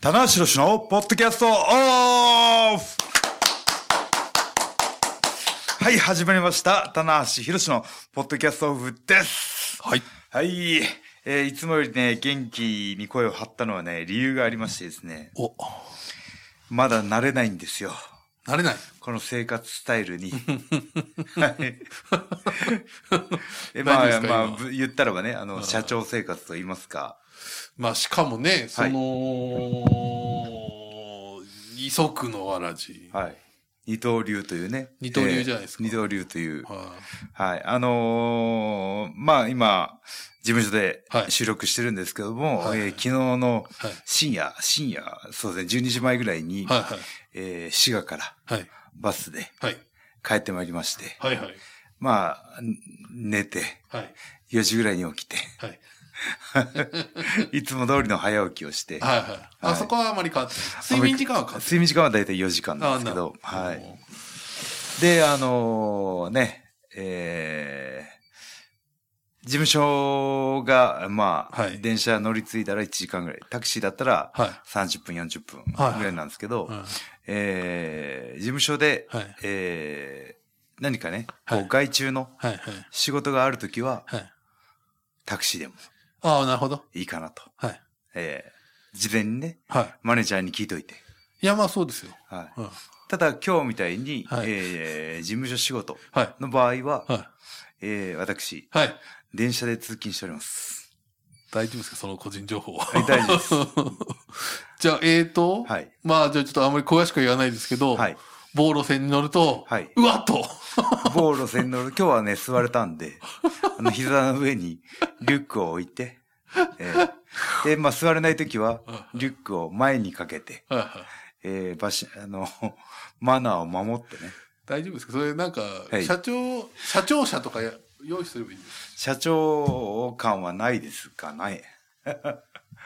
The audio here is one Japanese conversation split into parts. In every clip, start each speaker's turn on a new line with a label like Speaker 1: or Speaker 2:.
Speaker 1: 棚橋宏のポッドキャストオフはい、始まりました。棚橋宏のポッドキャストオフです。
Speaker 2: はい。
Speaker 1: はい、えーいつもよりね、元気に声を張ったのはね、理由がありましてですね、
Speaker 2: お、
Speaker 1: まだ慣れないんですよ。
Speaker 2: 慣れない。
Speaker 1: この生活スタイルに。はい。え
Speaker 2: 何
Speaker 1: ま
Speaker 2: で
Speaker 1: あ
Speaker 2: すか
Speaker 1: まあ、
Speaker 2: 今
Speaker 1: ぶ言ったらばね、あの、社長生活と言いますか。
Speaker 2: まあ、しかもね、その、二足のわらじ。
Speaker 1: はい。二刀流というね。
Speaker 2: 二刀流じゃないですか
Speaker 1: えー二刀流という。
Speaker 2: は
Speaker 1: はい。あのーまあ今、事務所で
Speaker 2: はい
Speaker 1: 収録してるんですけども、
Speaker 2: はい
Speaker 1: えー昨日の
Speaker 2: い。はい。
Speaker 1: 深夜、深夜、そうですね、12時前ぐらいに、
Speaker 2: はい。
Speaker 1: えー滋賀から
Speaker 2: はい。
Speaker 1: バスで
Speaker 2: はい。
Speaker 1: 帰ってまいりまして、
Speaker 2: はい。はい。
Speaker 1: まあ、ん寝て、
Speaker 2: はい。
Speaker 1: 4時ぐらいに起き て、
Speaker 2: はい。
Speaker 1: いつも通りの早起きをして、
Speaker 2: はい。はい。あそこはあまり変わってない。睡眠時間は変わって
Speaker 1: 睡眠時間はだいたい4時間なんですけど、
Speaker 2: ない。
Speaker 1: は
Speaker 2: あ
Speaker 1: い。
Speaker 2: の
Speaker 1: で、あのね、えー、事務所が、まあ、
Speaker 2: はい
Speaker 1: 電車乗り継いだら1時間ぐらい、タクシーだったら
Speaker 2: はい。
Speaker 1: 30分、40分
Speaker 2: はい
Speaker 1: ぐらいなんですけど、
Speaker 2: うん
Speaker 1: えー、事務所で、
Speaker 2: はい。
Speaker 1: えー、何かね、こ
Speaker 2: は
Speaker 1: う
Speaker 2: い
Speaker 1: 外注の
Speaker 2: はい。はい。
Speaker 1: 仕事があるときは、
Speaker 2: はい。
Speaker 1: タクシーでも
Speaker 2: ああ、なるほど。
Speaker 1: いいかなと。
Speaker 2: はい。
Speaker 1: えー、事前にね、
Speaker 2: は
Speaker 1: マネージャーに聞いといて。
Speaker 2: い。いや、まあそうですよ。
Speaker 1: はい、
Speaker 2: うん。はい。
Speaker 1: ただ、今日みたいに、
Speaker 2: はい
Speaker 1: えー、事務所仕事
Speaker 2: はい。
Speaker 1: の場合は、
Speaker 2: はい。
Speaker 1: えー、私、
Speaker 2: はい。
Speaker 1: 電車で通勤しております。
Speaker 2: 大丈夫ですかその個人情報は。
Speaker 1: はい大 丈夫です
Speaker 2: じゃあ、えーと、
Speaker 1: はい。
Speaker 2: まあ、じゃあちょっとあんまり詳しくは言わないですけど、
Speaker 1: はい。
Speaker 2: 某路線に乗ると、
Speaker 1: はい。
Speaker 2: うわっと、
Speaker 1: 某路線乗る、今日はね、座れたんで、あの、膝の上にリュックを置いて、えーで、まあ、座れないときは、リュックを前にかけて、
Speaker 2: はいはい
Speaker 1: えー、ばし、あの、マナーを守ってね、
Speaker 2: 大丈夫ですかそれなんか、
Speaker 1: はい
Speaker 2: 社長、社長車とかや用意すればいいんです
Speaker 1: 社長感はないですかね。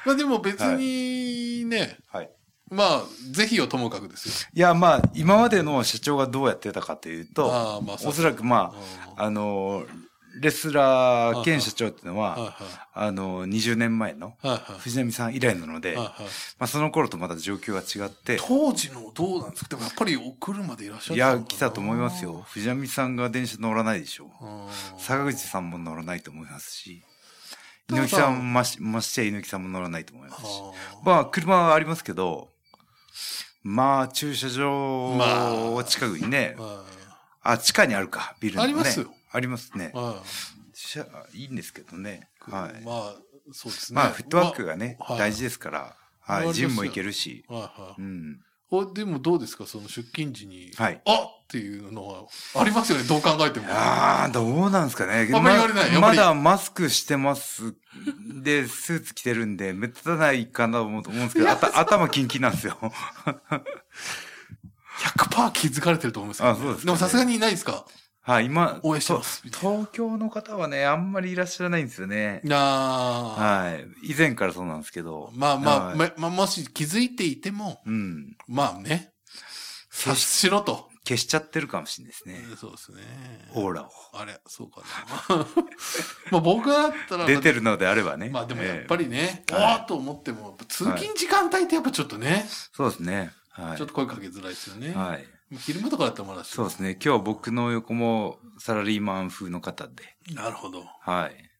Speaker 2: まあでも別にね、
Speaker 1: はい。
Speaker 2: まあ、ぜひよともかくです
Speaker 1: いや、まあ、今までの社長がどうやってたかという
Speaker 2: よ。
Speaker 1: と、
Speaker 2: ああ、まあ
Speaker 1: おそらくま
Speaker 2: あ
Speaker 1: あ、あの、レスラー兼社長っていうの
Speaker 2: はい
Speaker 1: は、あの、20年前の
Speaker 2: はいはい
Speaker 1: 藤波さん以来なので、
Speaker 2: はい
Speaker 1: ま
Speaker 2: はい
Speaker 1: あ、その頃とまた状況が違って、
Speaker 2: 当時のどうなんですかでもやっぱりお車でいらっしゃ
Speaker 1: い
Speaker 2: ったのか
Speaker 1: や
Speaker 2: な、
Speaker 1: 来たと思いますよ。藤波さんが電車乗らないでしょ。
Speaker 2: うん。
Speaker 1: 坂口さんも乗らないと思いますし、
Speaker 2: ただ
Speaker 1: 猪木さんまし、ましてや猪木さんも乗らないと思いますし。
Speaker 2: あ
Speaker 1: まあ、車はありますけど、まあ、駐車場
Speaker 2: まあ
Speaker 1: 近くにね、
Speaker 2: ーは
Speaker 1: あ、地下にあるか、ビルのね。
Speaker 2: ありますよ。
Speaker 1: ありますね
Speaker 2: い。は
Speaker 1: しゃいいんですけどね。
Speaker 2: い
Speaker 1: はい。
Speaker 2: まあ、そうですね。
Speaker 1: まあ、フットワークがね
Speaker 2: ま、はい
Speaker 1: 大事ですから、はい、
Speaker 2: わかります
Speaker 1: ジ
Speaker 2: よ
Speaker 1: ムも行けるし、
Speaker 2: はいはい
Speaker 1: うん。
Speaker 2: おでもどうですかその出勤時に、
Speaker 1: はい
Speaker 2: あっっていうのはありますよねどう考えても
Speaker 1: ああ、どうなんですかね。
Speaker 2: あんまり言われないやっぱ
Speaker 1: ま
Speaker 2: り
Speaker 1: だマスクしてます。で、スーツ着てるんで、目立たないかなと思うんですけど、あた頭キンキンなんですよ。
Speaker 2: 100%気づかれてると思いますけど、
Speaker 1: あそうですかね
Speaker 2: でもさすがにいないですか
Speaker 1: はい、今、
Speaker 2: 応援してます
Speaker 1: と東京の方はね、あんまりいらっしゃらないんですよね。
Speaker 2: なあ
Speaker 1: はい。以前からそうなんですけど。
Speaker 2: まあまあ、
Speaker 1: はい
Speaker 2: ままもし気づいていても
Speaker 1: うん。
Speaker 2: まあね
Speaker 1: 消
Speaker 2: 察
Speaker 1: し
Speaker 2: しろと、
Speaker 1: 消しちゃってるかもしれないですね。
Speaker 2: そうですね
Speaker 1: オーラを。
Speaker 2: あれそうかな まあ僕だったら
Speaker 1: 出てるのであればね。
Speaker 2: まあでもやっぱ
Speaker 1: り。
Speaker 2: りね、
Speaker 1: ええ
Speaker 2: おーっと思っても通勤時間帯ってやっぱちょっとね、
Speaker 1: そうですね。はい。
Speaker 2: ちょっと声かけづらいですよね、
Speaker 1: はい。
Speaker 2: 昼間とかだったらまだし
Speaker 1: そうですね。今日僕の横もサラリーマン風の方で。
Speaker 2: なるほど
Speaker 1: はい。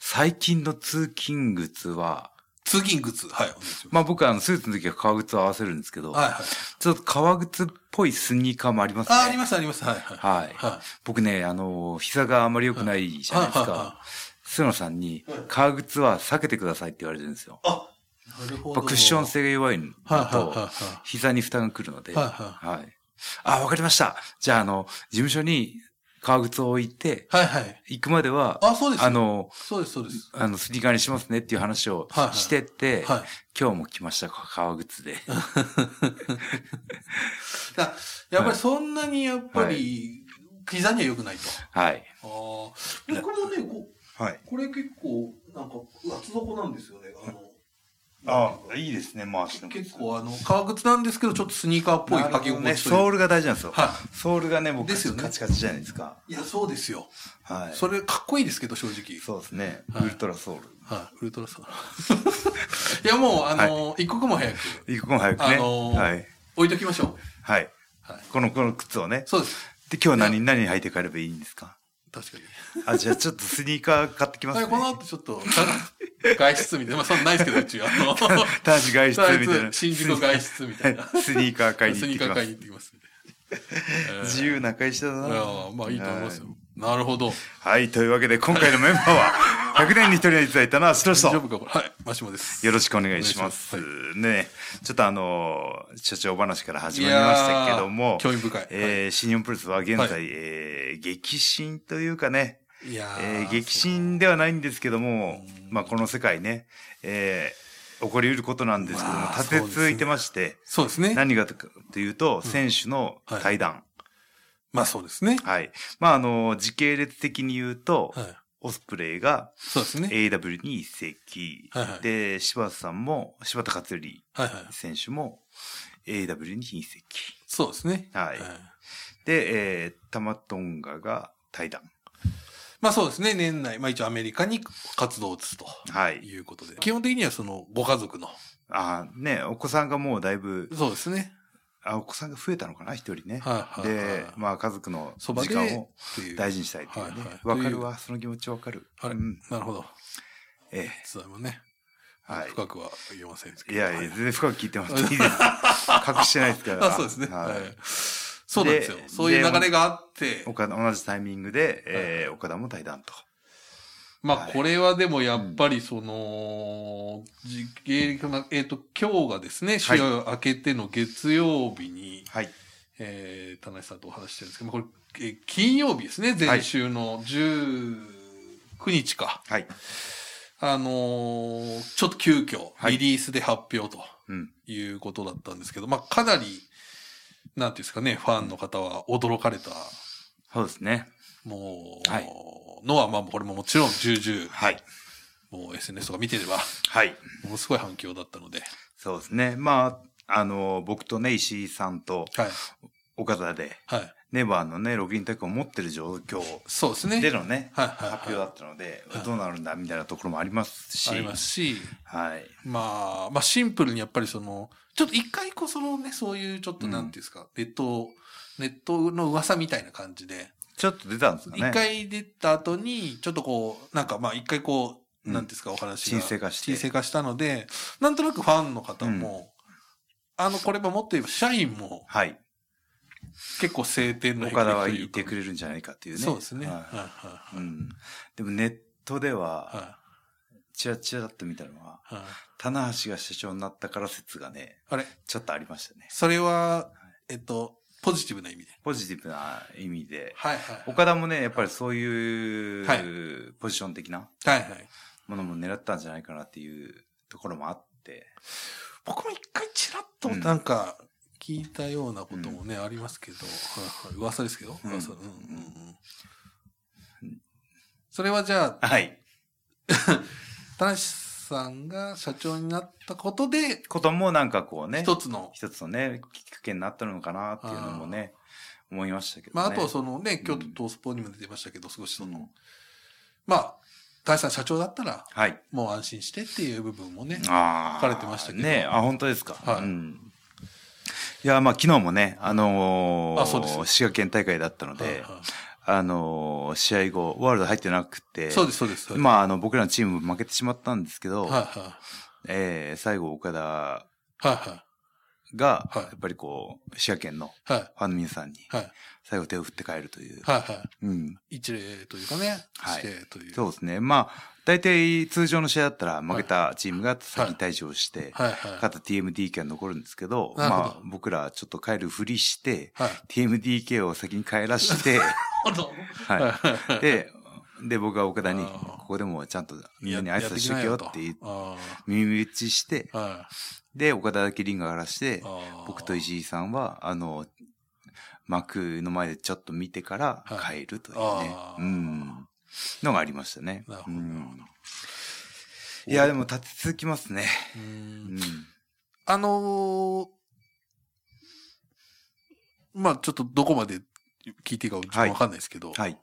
Speaker 1: 最近の通勤靴は、
Speaker 2: 通勤靴。はい、お願いします。
Speaker 1: まあ僕はあのスーツの時は革靴を合わせるんですけど、
Speaker 2: はいはい。
Speaker 1: ちょっと革靴っぽいスニーカーもありますね。
Speaker 2: あ、ありますあります。はいはい。
Speaker 1: はい。
Speaker 2: は
Speaker 1: 僕ね、あの、膝があまり良くない
Speaker 2: い。
Speaker 1: じゃないです
Speaker 2: は
Speaker 1: か。菅野さんに
Speaker 2: うん、
Speaker 1: 革靴は避けてくださいって言われてるんですよ。
Speaker 2: いはいはい。あ、なるほ
Speaker 1: やっぱ
Speaker 2: ど。
Speaker 1: クッション。性が弱いの
Speaker 2: はい
Speaker 1: だ
Speaker 2: はいはい
Speaker 1: と、
Speaker 2: は
Speaker 1: 膝に負担が来るので、
Speaker 2: い。はい
Speaker 1: は。
Speaker 2: はい
Speaker 1: あ、わかりました。じゃあ、あの、事務所に革靴を置いて、
Speaker 2: い。はいはい。
Speaker 1: 行くまでは、
Speaker 2: あ、そうです。
Speaker 1: あ、の、
Speaker 2: そうですそうです。
Speaker 1: あの、スニーカーにしますねっていう話を
Speaker 2: はいはい
Speaker 1: してて、
Speaker 2: はい。
Speaker 1: 今日も来ました、革靴で。
Speaker 2: だやっぱりそんなにやっぱり、膝には良くないと。
Speaker 1: はい。
Speaker 2: ああ。僕もね、こ
Speaker 1: はい。
Speaker 2: これ結構、なんか、厚底なんですよね。あの、
Speaker 1: いいですね、回し
Speaker 2: 結構あの、革靴なんですけど、ちょっとスニーカーっぽい履き心
Speaker 1: ね。
Speaker 2: 地という
Speaker 1: ソールが大事なんですよ。
Speaker 2: は
Speaker 1: ソールがね、僕、
Speaker 2: ですよね
Speaker 1: カチカチじゃないですか。
Speaker 2: い。いや、そうですよ。
Speaker 1: はい。
Speaker 2: それかっこいいですけど、正直。
Speaker 1: そうですね。
Speaker 2: はい
Speaker 1: ウルトラソール。
Speaker 2: はい、ウルトラソウル。いや、もう、あの、一刻も早く
Speaker 1: 一刻も早くね。
Speaker 2: あのー
Speaker 1: はい。
Speaker 2: 置いときましょう。
Speaker 1: はい
Speaker 2: はい。
Speaker 1: この、この靴をね。
Speaker 2: そうです。
Speaker 1: で、今日何、何履いて帰ればいいんですか
Speaker 2: 確かに。
Speaker 1: あ、じゃあちょっとスニーカー買ってきま
Speaker 2: だか
Speaker 1: す
Speaker 2: ら
Speaker 1: ね。
Speaker 2: この後ちょっと、外出みたいな。まあ、そんなないですけど、うちは。あの
Speaker 1: 男子 外出みたい な。
Speaker 2: 新宿の外出みたいな。
Speaker 1: スニーカー買いに
Speaker 2: ス
Speaker 1: 行っ
Speaker 2: ニ
Speaker 1: て
Speaker 2: ーカ
Speaker 1: きま
Speaker 2: ー 買
Speaker 1: す
Speaker 2: いに。行ってきます。えー
Speaker 1: 自由な会社だ
Speaker 2: い
Speaker 1: な
Speaker 2: や。まあいいと思いますよ。なるほど。
Speaker 1: はい、というわけで今回のメンバー は、100年に一人はいただいたのは、しろし
Speaker 2: 大丈
Speaker 1: と。
Speaker 2: 夫かこれ。はい、マシモです。
Speaker 1: よろしくお願いします。
Speaker 2: お願
Speaker 1: ねちょっとあの、社長話から始
Speaker 2: い
Speaker 1: ま
Speaker 2: や
Speaker 1: りましたけども
Speaker 2: ー、興味深い。
Speaker 1: えー新日本プロレスは現在、
Speaker 2: は
Speaker 1: えー激震というかね、
Speaker 2: はいいや
Speaker 1: えー
Speaker 2: ー
Speaker 1: 激震ではないんですけども、まあこの世界ね、えー起こりうることなんですけども、
Speaker 2: まあ
Speaker 1: 立て続いてまして、
Speaker 2: そうですね。
Speaker 1: 何がとかというと、選手の対談。
Speaker 2: まあそうですね。
Speaker 1: はい。まあ、あの、時系列的に言うと、
Speaker 2: はい。
Speaker 1: オスプレイが
Speaker 2: そうですね。
Speaker 1: AW に移籍、
Speaker 2: はいはい
Speaker 1: で、柴田さんも、柴田勝頼
Speaker 2: はいはい。
Speaker 1: 選手も AW に移籍。
Speaker 2: そうですね。
Speaker 1: はいで、えー、タマトンガが対談。
Speaker 2: まあそうですね。年内、まあ一応アメリカに活動を移すと
Speaker 1: はい。
Speaker 2: いうことで。基本的にはそのご家族の。
Speaker 1: あーね、お子さんがもうだいぶ、
Speaker 2: そうですね。
Speaker 1: あ、お子さんが増えたのかな、一人ね。
Speaker 2: はいはいはい。
Speaker 1: で、まあ、家族の
Speaker 2: そば
Speaker 1: 時
Speaker 2: で
Speaker 1: 間を
Speaker 2: っていう。
Speaker 1: 大事にしたいっていうね
Speaker 2: はいはい。
Speaker 1: わ、か
Speaker 2: とい
Speaker 1: る
Speaker 2: う
Speaker 1: わ、その気持ちわかる。
Speaker 2: はい
Speaker 1: うん、
Speaker 2: なるほど。
Speaker 1: え
Speaker 2: それもね。
Speaker 1: えはい。
Speaker 2: 深くは言えませんけ
Speaker 1: い
Speaker 2: ど。
Speaker 1: やいや、
Speaker 2: は
Speaker 1: 全然深く聞いてもらって いいです。隠してないですから。
Speaker 2: あ、そうですね。
Speaker 1: はい
Speaker 2: はい。そうなんですよ
Speaker 1: で。
Speaker 2: そういう流れがあって、
Speaker 1: 岡田同じタイミングで、えー岡田も対談と。
Speaker 2: ま
Speaker 1: は
Speaker 2: あ
Speaker 1: い
Speaker 2: これはでもやっぱりその、時系列な、えっと、今日がですね、
Speaker 1: はい
Speaker 2: 週明けての月曜日に、
Speaker 1: はい。
Speaker 2: えー、田中さんとお話ししてるんですけど、まあこれ、えー金曜日ですね、前週の19日か。
Speaker 1: はい。
Speaker 2: あのーちょっと急遽、
Speaker 1: はい
Speaker 2: リリースで発表と。
Speaker 1: うん。
Speaker 2: いうことだったんですけど、まあ、かなり、なんていうんですかね、ファンの方は驚かれた、
Speaker 1: そうですね。
Speaker 2: もう、
Speaker 1: はい
Speaker 2: のは、まあ、これももちろん、重々、
Speaker 1: はい。
Speaker 2: もう SNS とか見てれば、
Speaker 1: はい。
Speaker 2: ものすごい反響だったので、
Speaker 1: そうですね。まあ、あの、僕とね、石井さんと
Speaker 2: はい。
Speaker 1: 岡田で、
Speaker 2: はい。
Speaker 1: ネバーのね、ログインタックを持ってる状況
Speaker 2: そうですね。
Speaker 1: でのね、
Speaker 2: はいはいはい
Speaker 1: 発表だったので
Speaker 2: は、い
Speaker 1: どうなるんだみたいなところもありますし。
Speaker 2: ありますし、
Speaker 1: はい。
Speaker 2: まあ、まあ、シンプルにやっぱりその、ちょっと一回こうそのね、そういうちょっと、
Speaker 1: うん
Speaker 2: なんていうんですか、ネット、ネットの噂みたいな感じで、
Speaker 1: ちょっと出たんですか
Speaker 2: 一、
Speaker 1: ね。
Speaker 2: 回出た後に、ちょっとこう、なんかまあ一回こう、
Speaker 1: うん
Speaker 2: なんていうんですか、お話
Speaker 1: 沈
Speaker 2: が。
Speaker 1: 静化して
Speaker 2: 沈静化したので、なんとなくファンの方も、あの、これももっと言えば、社員も
Speaker 1: はい。
Speaker 2: 結構晴天の
Speaker 1: 岡田はいてく
Speaker 2: る
Speaker 1: れるんじゃないかっていうね。
Speaker 2: そうですね。はい
Speaker 1: は。
Speaker 2: はいいうはい
Speaker 1: ん。でもネットでは、
Speaker 2: は
Speaker 1: チラチラっと見たのは、
Speaker 2: いはい
Speaker 1: 棚橋が社長になったから説がね、
Speaker 2: あれ
Speaker 1: ちょっとありましたね。
Speaker 2: それは、えっと、ポジティブな意味で。
Speaker 1: ポジティブな意味で。
Speaker 2: はいはい。
Speaker 1: 岡田もね、やっぱりそういう、
Speaker 2: は
Speaker 1: ポジション的な
Speaker 2: はいはい。
Speaker 1: ものも狙ったんじゃないかなっていうところもあって。
Speaker 2: 僕も一回ちらっと
Speaker 1: うん
Speaker 2: なんか聞いたようなこともね、ありますけど、はいはい噂ですけど、
Speaker 1: うん
Speaker 2: 噂うんうん
Speaker 1: う
Speaker 2: うんんそれはじゃあ、
Speaker 1: はい。
Speaker 2: 田無さんが社長になったことで、
Speaker 1: こともなんかこうね、
Speaker 2: 一つの、
Speaker 1: 一つのね、きっかけになったのかなっていうのもね、思いましたけど、ね。
Speaker 2: まあ、あとはそのね、今日トースポにも出てましたけど、少しその、まあ、田無さん社長だったら、
Speaker 1: はい。
Speaker 2: もう安心してっていう部分もね、
Speaker 1: ああ。
Speaker 2: 書かれてましたけど
Speaker 1: ねあ、本当ですか。
Speaker 2: はい
Speaker 1: うん。いや、まあ昨日もね、あのー
Speaker 2: あそうです
Speaker 1: 滋賀県大会だったので、
Speaker 2: はいは
Speaker 1: あのー試合後、ワールド入ってなくて、
Speaker 2: いそうです、そうです。そうです
Speaker 1: まあ、あの、僕らのチーム負けてしまったんですけど、
Speaker 2: はいは
Speaker 1: えー最後、岡田
Speaker 2: い。はいは
Speaker 1: が、
Speaker 2: はい
Speaker 1: やっぱりこう、滋賀県の
Speaker 2: い。はい。
Speaker 1: ファンの皆さんに、
Speaker 2: はい。
Speaker 1: 最後手を振って帰るという。
Speaker 2: はいはい。
Speaker 1: うん。
Speaker 2: 一例というかね、
Speaker 1: はい
Speaker 2: 指定という。
Speaker 1: そうですね。まあ、大体通常の試合だったら、負けたチームが先に退場して、
Speaker 2: はいはい。
Speaker 1: 勝った TMDK が残るんですけど、
Speaker 2: なるほど
Speaker 1: まあ、僕らちょっと帰るふりして、
Speaker 2: はい。
Speaker 1: TMDK を先に帰らして、
Speaker 2: ほど。
Speaker 1: は。
Speaker 2: はい
Speaker 1: で、で、僕は岡田に、
Speaker 2: あー
Speaker 1: ここでもちゃんと
Speaker 2: い。
Speaker 1: みんなに挨拶しとけよって言って、
Speaker 2: あ
Speaker 1: 耳打ちして、
Speaker 2: あ。はい。
Speaker 1: で、岡田だけリンガーからして、
Speaker 2: あー
Speaker 1: 僕と石井さんは、あの、幕の前でちょっと見てから
Speaker 2: は
Speaker 1: 帰るというね、
Speaker 2: あー
Speaker 1: うん、のがありましたね。
Speaker 2: なるほど
Speaker 1: う
Speaker 2: なるほ
Speaker 1: んいや、でも立て続きますね。
Speaker 2: う
Speaker 1: うんん、
Speaker 2: あのー、まあちょっとどこまで聞いていいかちょっとわかんないですけど、
Speaker 1: はい。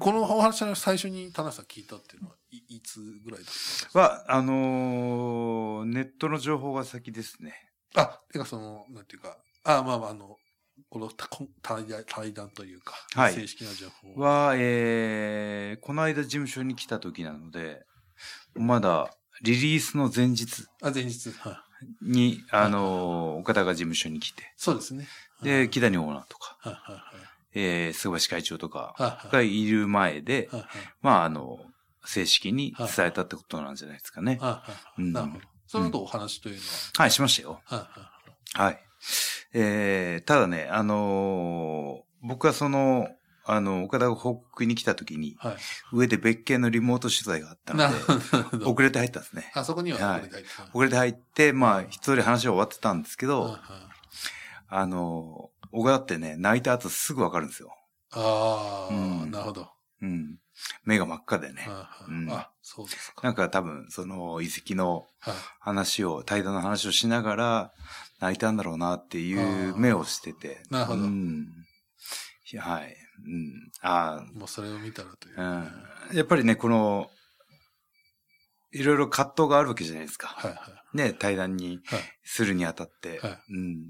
Speaker 2: このお話の最初に田中さん聞いたっていうのは、いいつぐらいだったんですか
Speaker 1: は、あのーネットの情報が先ですね。
Speaker 2: あ、てかその、なんていうか、あまあまあ、あの、このたこん対談対談というか、
Speaker 1: はい
Speaker 2: 正式な情報は。
Speaker 1: は、えー、この間事務所に来た時なので、まだリリースの前日
Speaker 2: あ、前日。はい。
Speaker 1: に、あのーお方が事務所に来て、
Speaker 2: そうですね。
Speaker 1: で、木谷オーナーとか、
Speaker 2: はいはい
Speaker 1: えー、菅橋会長とか
Speaker 2: はい。
Speaker 1: が
Speaker 2: はい
Speaker 1: いる前で、
Speaker 2: はいはい
Speaker 1: まあ、あの、正式に伝えたってことなんじゃないですかね。
Speaker 2: はいはい
Speaker 1: うん
Speaker 2: なるほど。その後お話という
Speaker 1: はい、しましたよ。
Speaker 2: のは、はいはい
Speaker 1: はい。えー、ただね、あのー僕はその、あの、岡田が報告に来た時に、
Speaker 2: はい。
Speaker 1: 上で別件のリモート取材があったの
Speaker 2: なる
Speaker 1: で、
Speaker 2: ほどなる ほど。
Speaker 1: 遅れて入ったんですね。
Speaker 2: あそこには
Speaker 1: はい
Speaker 2: 遅れたいって
Speaker 1: 遅れて入って、まあ、一人話は終わってたんですけ
Speaker 2: はい
Speaker 1: ど、
Speaker 2: はい
Speaker 1: あの、小川ってね、泣いた後すぐわかるんですよ。
Speaker 2: あ
Speaker 1: う
Speaker 2: あ、
Speaker 1: ん
Speaker 2: なるほど。
Speaker 1: うん。目が真っ赤でね
Speaker 2: はい。は
Speaker 1: う
Speaker 2: い
Speaker 1: ん
Speaker 2: あ、そうですか。
Speaker 1: なんか多分、その遺跡の
Speaker 2: はい
Speaker 1: 話を、対談の話をしながら、泣いたんだろうなっていう目をしてて。
Speaker 2: なるほど
Speaker 1: うん。いやはい。うん。あ
Speaker 2: もうそれを見たらという。
Speaker 1: あ、うん。やっぱりね、この、いろいろ葛藤があるわけじゃないですか。
Speaker 2: はいはい。
Speaker 1: ね、対談に
Speaker 2: はい
Speaker 1: するにあたって、
Speaker 2: は
Speaker 1: うん。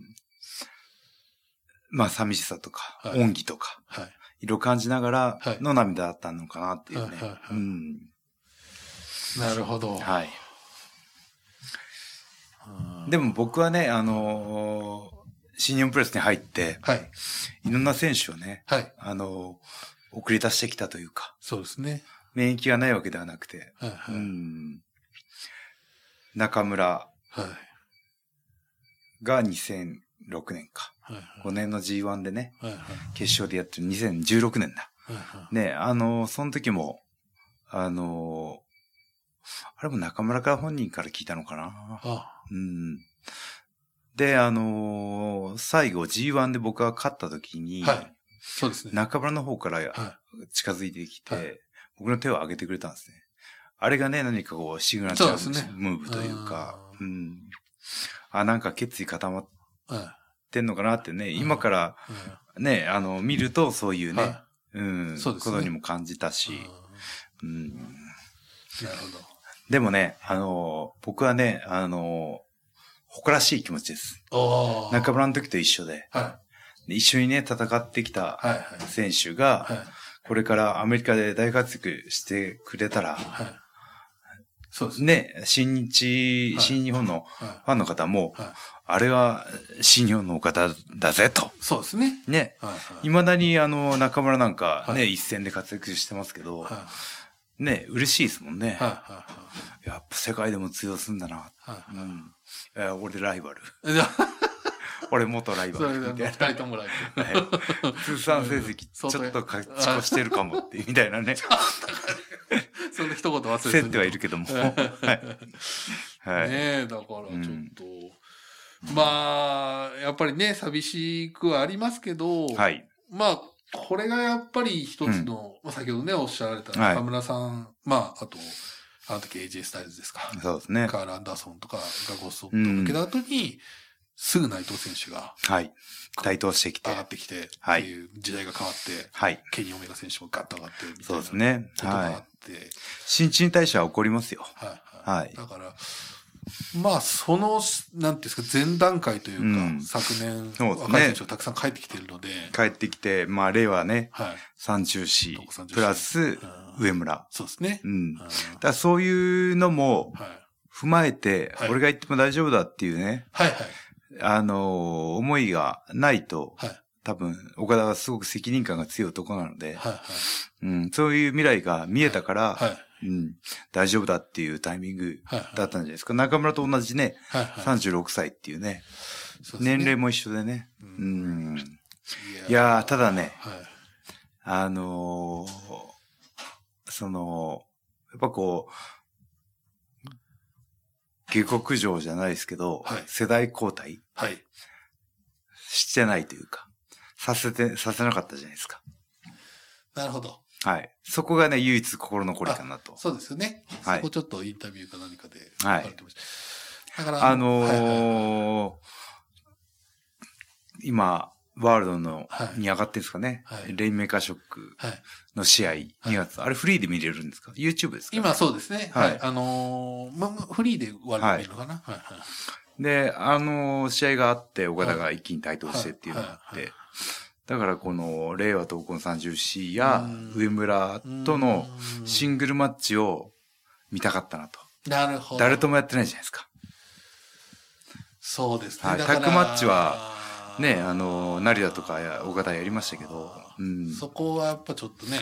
Speaker 1: まあ、寂しさとか、
Speaker 2: はい
Speaker 1: 恩義とか、
Speaker 2: はい。
Speaker 1: いろいろ感じながら
Speaker 2: はい
Speaker 1: の涙だったのかなっていうね
Speaker 2: はいはいはい。
Speaker 1: うん。
Speaker 2: なるほど。
Speaker 1: はい。
Speaker 2: うん
Speaker 1: でも僕はね、あのー新日本プロレスに入って、
Speaker 2: はい。
Speaker 1: いろんな選手をね、
Speaker 2: はい。
Speaker 1: あのー送り出してきたというか、
Speaker 2: そうですね。
Speaker 1: 免疫がないわけではなくて、
Speaker 2: はい。
Speaker 1: う
Speaker 2: はい。
Speaker 1: ん。中村
Speaker 2: はい。
Speaker 1: が2006年か。
Speaker 2: はい。
Speaker 1: 5年の G1 でね、
Speaker 2: はい。はい。
Speaker 1: 決勝でやってる2016年だ。
Speaker 2: はい。
Speaker 1: ね、あのーその時も、あのーあれも中村から本人から聞いたのかな。
Speaker 2: あ、
Speaker 1: うん。で、あのー最後 G1 で僕が勝った時に、
Speaker 2: はいそうですね。
Speaker 1: 中村の方から
Speaker 2: は
Speaker 1: 近づいてきて、
Speaker 2: はい
Speaker 1: 僕の手を挙げてくれたんですね。あれがね、何かこう、シグナチャ
Speaker 2: そう
Speaker 1: ー
Speaker 2: ですね
Speaker 1: ムーブというか、
Speaker 2: う
Speaker 1: うん。あ、なんか決意固まっ
Speaker 2: い。はい。
Speaker 1: てんのかなってね、今から
Speaker 2: は
Speaker 1: ね、あの、見るとそういう
Speaker 2: い
Speaker 1: ね、
Speaker 2: はい
Speaker 1: うん、
Speaker 2: そうですね
Speaker 1: ことにも感じたし、
Speaker 2: うん
Speaker 1: うん。
Speaker 2: なるほど。
Speaker 1: でもね、あのー僕はね、あのー誇らしい気持ちです。
Speaker 2: おー
Speaker 1: 中村の時と一緒で。
Speaker 2: はい。
Speaker 1: で一緒にね、戦ってきた
Speaker 2: はい。
Speaker 1: 選手
Speaker 2: はい。
Speaker 1: が、
Speaker 2: はい。
Speaker 1: これからアメリカで大活躍してくれたら、
Speaker 2: はい。そうですね。
Speaker 1: ね、新日
Speaker 2: は、い
Speaker 1: 新日本の
Speaker 2: は
Speaker 1: ファンの方も
Speaker 2: い。はい。
Speaker 1: あれは新日本のお方だぜと。
Speaker 2: そうですね。
Speaker 1: ね。
Speaker 2: はい。はい。
Speaker 1: 未だにあの、中村なんかね、
Speaker 2: は
Speaker 1: 一戦で活躍してますけど、
Speaker 2: はい。
Speaker 1: ね、嬉しいですもんね。
Speaker 2: はい。はい。
Speaker 1: やっぱ世界でも通用するんだな。
Speaker 2: は
Speaker 1: う
Speaker 2: いはい
Speaker 1: ん。いや俺ライバル。
Speaker 2: じゃあ
Speaker 1: 俺元ライバ
Speaker 2: それ
Speaker 1: ル。
Speaker 2: で
Speaker 1: みた
Speaker 2: 二
Speaker 1: いな
Speaker 2: 人ともらえて。
Speaker 1: はい通算成績ち
Speaker 2: 相当
Speaker 1: ょっと勝ち越してるかもっていう、みたいなね。
Speaker 2: その一言忘れずに
Speaker 1: せってはいるけども。はい。はい。
Speaker 2: ねえ、だからちょっと、
Speaker 1: うん
Speaker 2: まあ、やっぱりね、寂しくはありますけど、
Speaker 1: はい。
Speaker 2: まあ、これがやっぱり一つの、まあ先ほどね、おっしゃられた
Speaker 1: はい
Speaker 2: 中村さん、まあ、あと、あの時 AJ スタイルズですか、
Speaker 1: そうですね。
Speaker 2: カール・アンダーソンとかがごそっと抜けた後に、すぐ内藤選手が
Speaker 1: はい。台頭してきて
Speaker 2: 上。がってきて、って
Speaker 1: はい
Speaker 2: いう時代が変わって、
Speaker 1: はい。
Speaker 2: ケニー・オメガ選手もガッと上がって、みたい
Speaker 1: そう
Speaker 2: な
Speaker 1: ですね。
Speaker 2: ことがあ
Speaker 1: は
Speaker 2: って、
Speaker 1: い。新陳代謝は起こりますよ。
Speaker 2: はいはい。
Speaker 1: はい
Speaker 2: だから、まあ、その、なんていうんですか、前段階というか、
Speaker 1: うん
Speaker 2: 昨年、
Speaker 1: そうですね
Speaker 2: 若い選手がたくさん帰ってきてるので、
Speaker 1: 帰ってきて、まあ、令和ね、
Speaker 2: はい。
Speaker 1: 三中市
Speaker 2: 東北三中市
Speaker 1: プラス
Speaker 2: うん
Speaker 1: 上村。
Speaker 2: そうですね
Speaker 1: う。ん。
Speaker 2: うん
Speaker 1: だからそういうのも
Speaker 2: はい。
Speaker 1: 踏まえて、
Speaker 2: はい
Speaker 1: 俺が言っても大丈夫だっていうね、
Speaker 2: はいはい。
Speaker 1: あのー思いがないと、
Speaker 2: はい。
Speaker 1: 多分、岡田はすごく責任感が強い男なので、
Speaker 2: はい。
Speaker 1: うん、そういう未来が見えたから、
Speaker 2: はい。はい。
Speaker 1: うん、大丈夫だっていうタイミング
Speaker 2: はい。
Speaker 1: だったんじゃないですか。中村と同じね、
Speaker 2: はいはい。
Speaker 1: 36歳っていうね、
Speaker 2: そうですね
Speaker 1: 年齢も一緒でね。うん。い
Speaker 2: いや
Speaker 1: やー、ただね、
Speaker 2: ー、はい。
Speaker 1: あのーその、やっぱこう、下克上じゃないですけど、
Speaker 2: はい
Speaker 1: 世代交代
Speaker 2: はい。
Speaker 1: してないというか、させて、させなかったじゃないですか。
Speaker 2: なるほど。
Speaker 1: はい。そこがね、唯一心残りかなと。
Speaker 2: そうですよね。
Speaker 1: はい
Speaker 2: そこちょっとインタビューか何かで
Speaker 1: はい
Speaker 2: 書かれてました。だから、
Speaker 1: あのー
Speaker 2: はいはいはい
Speaker 1: 今、ワールドの、
Speaker 2: はい
Speaker 1: に上がってるんですかね、
Speaker 2: はい
Speaker 1: レインメーカーショック
Speaker 2: はい。
Speaker 1: の試合、2月。あれフリーで見れるんですか ?YouTube ですか、ね、
Speaker 2: 今そうですね。は。
Speaker 1: はいい
Speaker 2: あのーま、フリーで終わるのかな、はい、はいはい
Speaker 1: で、あのー試合があって、岡田が一気に台頭してっていうのがあっ
Speaker 2: はいはい
Speaker 1: て、だからこの、令和闘魂34や
Speaker 2: うん、
Speaker 1: 上村との
Speaker 2: うん
Speaker 1: シングルマッチを見たかったなと。
Speaker 2: なるほど。
Speaker 1: 誰ともやってないじゃないですか。
Speaker 2: そうですね。
Speaker 1: はい
Speaker 2: だから
Speaker 1: タッグマッチは、ね、あのー、成田とかや岡田やりましたけど、うん。
Speaker 2: そこはやっぱちょっとね、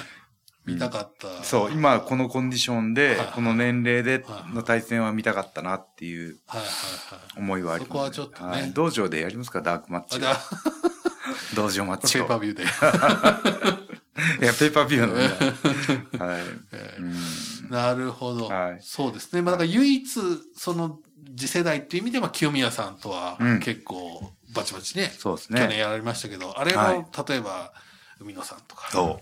Speaker 2: 見たかった。
Speaker 1: そう、今このコンディションで
Speaker 2: はい、
Speaker 1: この年齢で
Speaker 2: はい
Speaker 1: の対戦は見たかったなっていう
Speaker 2: はいはい
Speaker 1: 思いはあります、
Speaker 2: そこはちょっとね
Speaker 1: い道場でやりますか、ダークマッ
Speaker 2: はい。あ、
Speaker 1: チ
Speaker 2: じ
Speaker 1: を
Speaker 2: ゃ。あ、
Speaker 1: 道場マッチ
Speaker 2: ペ
Speaker 1: を。
Speaker 2: ーパービューで。
Speaker 1: い や、ペーパービューなんだ。 はい。
Speaker 2: え
Speaker 1: うん
Speaker 2: ーなるほど、
Speaker 1: はい
Speaker 2: そうですね。まあ、だから唯一、その、次世代っていう意味では、清宮さんとは
Speaker 1: うん
Speaker 2: 結構、バチバチね、
Speaker 1: そうです
Speaker 2: 去年
Speaker 1: ね。
Speaker 2: やられましたけど、あれも、
Speaker 1: はい
Speaker 2: 例えば、海野さんとか、
Speaker 1: そ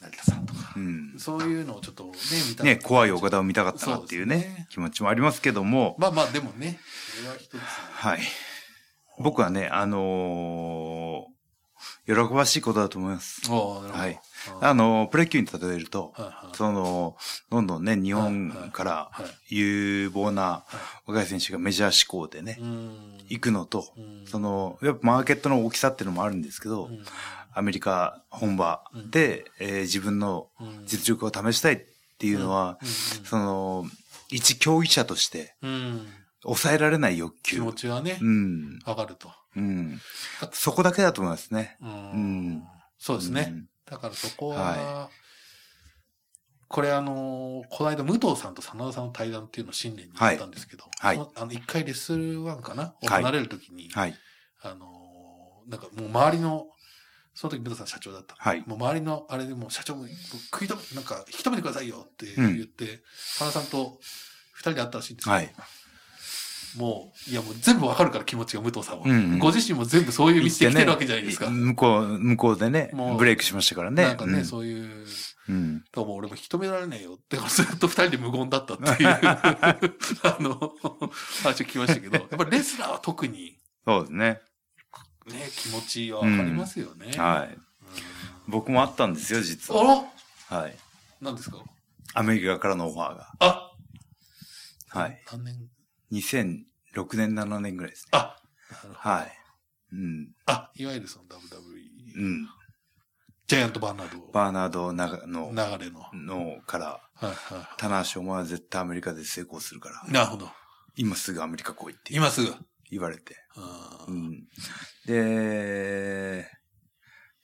Speaker 2: 成田さんとか、
Speaker 1: う。うん。
Speaker 2: そういうのをちょっとね、見た
Speaker 1: ね、怖い岡田を見たかったなっていう
Speaker 2: そうですね
Speaker 1: ね、気持ちもありますけども、
Speaker 2: まあまあ、でもね、それは一つ。
Speaker 1: はい。僕はね、あのー喜ばしいことだと思います。
Speaker 2: おーなるほど
Speaker 1: はい。
Speaker 2: うん
Speaker 1: あのープロ野球に例えると、
Speaker 2: はいはい
Speaker 1: その、どんどんね、日本から
Speaker 2: はいはい
Speaker 1: 有望な若い選手がメジャー志向でね
Speaker 2: う、ん
Speaker 1: 行くのと
Speaker 2: うん、
Speaker 1: その、やっぱマーケットの大きさっていうのもあるんですけど、
Speaker 2: うん
Speaker 1: アメリカ本場で、えー自分の
Speaker 2: うん
Speaker 1: 実力を試したいっていうのは、その、一競技者として
Speaker 2: うん
Speaker 1: 抑えられない欲
Speaker 2: 気
Speaker 1: 求
Speaker 2: 持。ちはね、
Speaker 1: うん。
Speaker 2: 上がると。
Speaker 1: うん。そこだけだと思いますね。
Speaker 2: う
Speaker 1: うん
Speaker 2: ん。そうですね。だからそこは、
Speaker 1: は
Speaker 2: これあのーこの間武藤さんと真田さんの対談っていうのを新年にやったんですけど、
Speaker 1: はい
Speaker 2: そのあの一回レッスルワンかなを
Speaker 1: はい
Speaker 2: 離れるときに、
Speaker 1: うん。はい。
Speaker 2: あのーなんかもう周りの、その時武藤さん社長だったの。
Speaker 1: はい
Speaker 2: もう周りのあれでもう社長も食いとなんか引き止めてくださいよって言って、真田さんと二人で会ったらしいんですけど、
Speaker 1: はい
Speaker 2: もう、いやもう全部わかるから気持ちが武藤さんは。
Speaker 1: うんうん
Speaker 2: ご自身も全部そういう道で来てるわけじゃないですか。
Speaker 1: 向こう、向こうでね
Speaker 2: もう、
Speaker 1: ブレイクしましたからね。
Speaker 2: なんかね、
Speaker 1: うん
Speaker 2: そういう、
Speaker 1: うん。
Speaker 2: どうも俺も引き止められないよって、 ずっと二人で無言だっ たっていう、あの、話を聞きましたけど、やっぱりレスラーは特に
Speaker 1: そうですね。
Speaker 2: ね、気持ちはわかりますよね。
Speaker 1: はい。僕もあったんですよ、実は。
Speaker 2: あ
Speaker 1: はい。
Speaker 2: らなんですか
Speaker 1: アメリカからのオファーが。
Speaker 2: あ
Speaker 1: はい。
Speaker 2: 何年
Speaker 1: 2006年、7年ぐらいですね。
Speaker 2: あ
Speaker 1: はい。うん。
Speaker 2: あ、いわゆるその WWE、
Speaker 1: うん。
Speaker 2: ジャイアント・バーナード
Speaker 1: バーナード長の、
Speaker 2: 流れの。はい
Speaker 1: のから、
Speaker 2: はいは
Speaker 1: 棚橋お前は絶対アメリカで成功するから
Speaker 2: い。、なるほど。
Speaker 1: 今すぐアメリカ来いって
Speaker 2: 今すぐ。
Speaker 1: 言われて。
Speaker 2: あ
Speaker 1: う
Speaker 2: ー
Speaker 1: ん。で、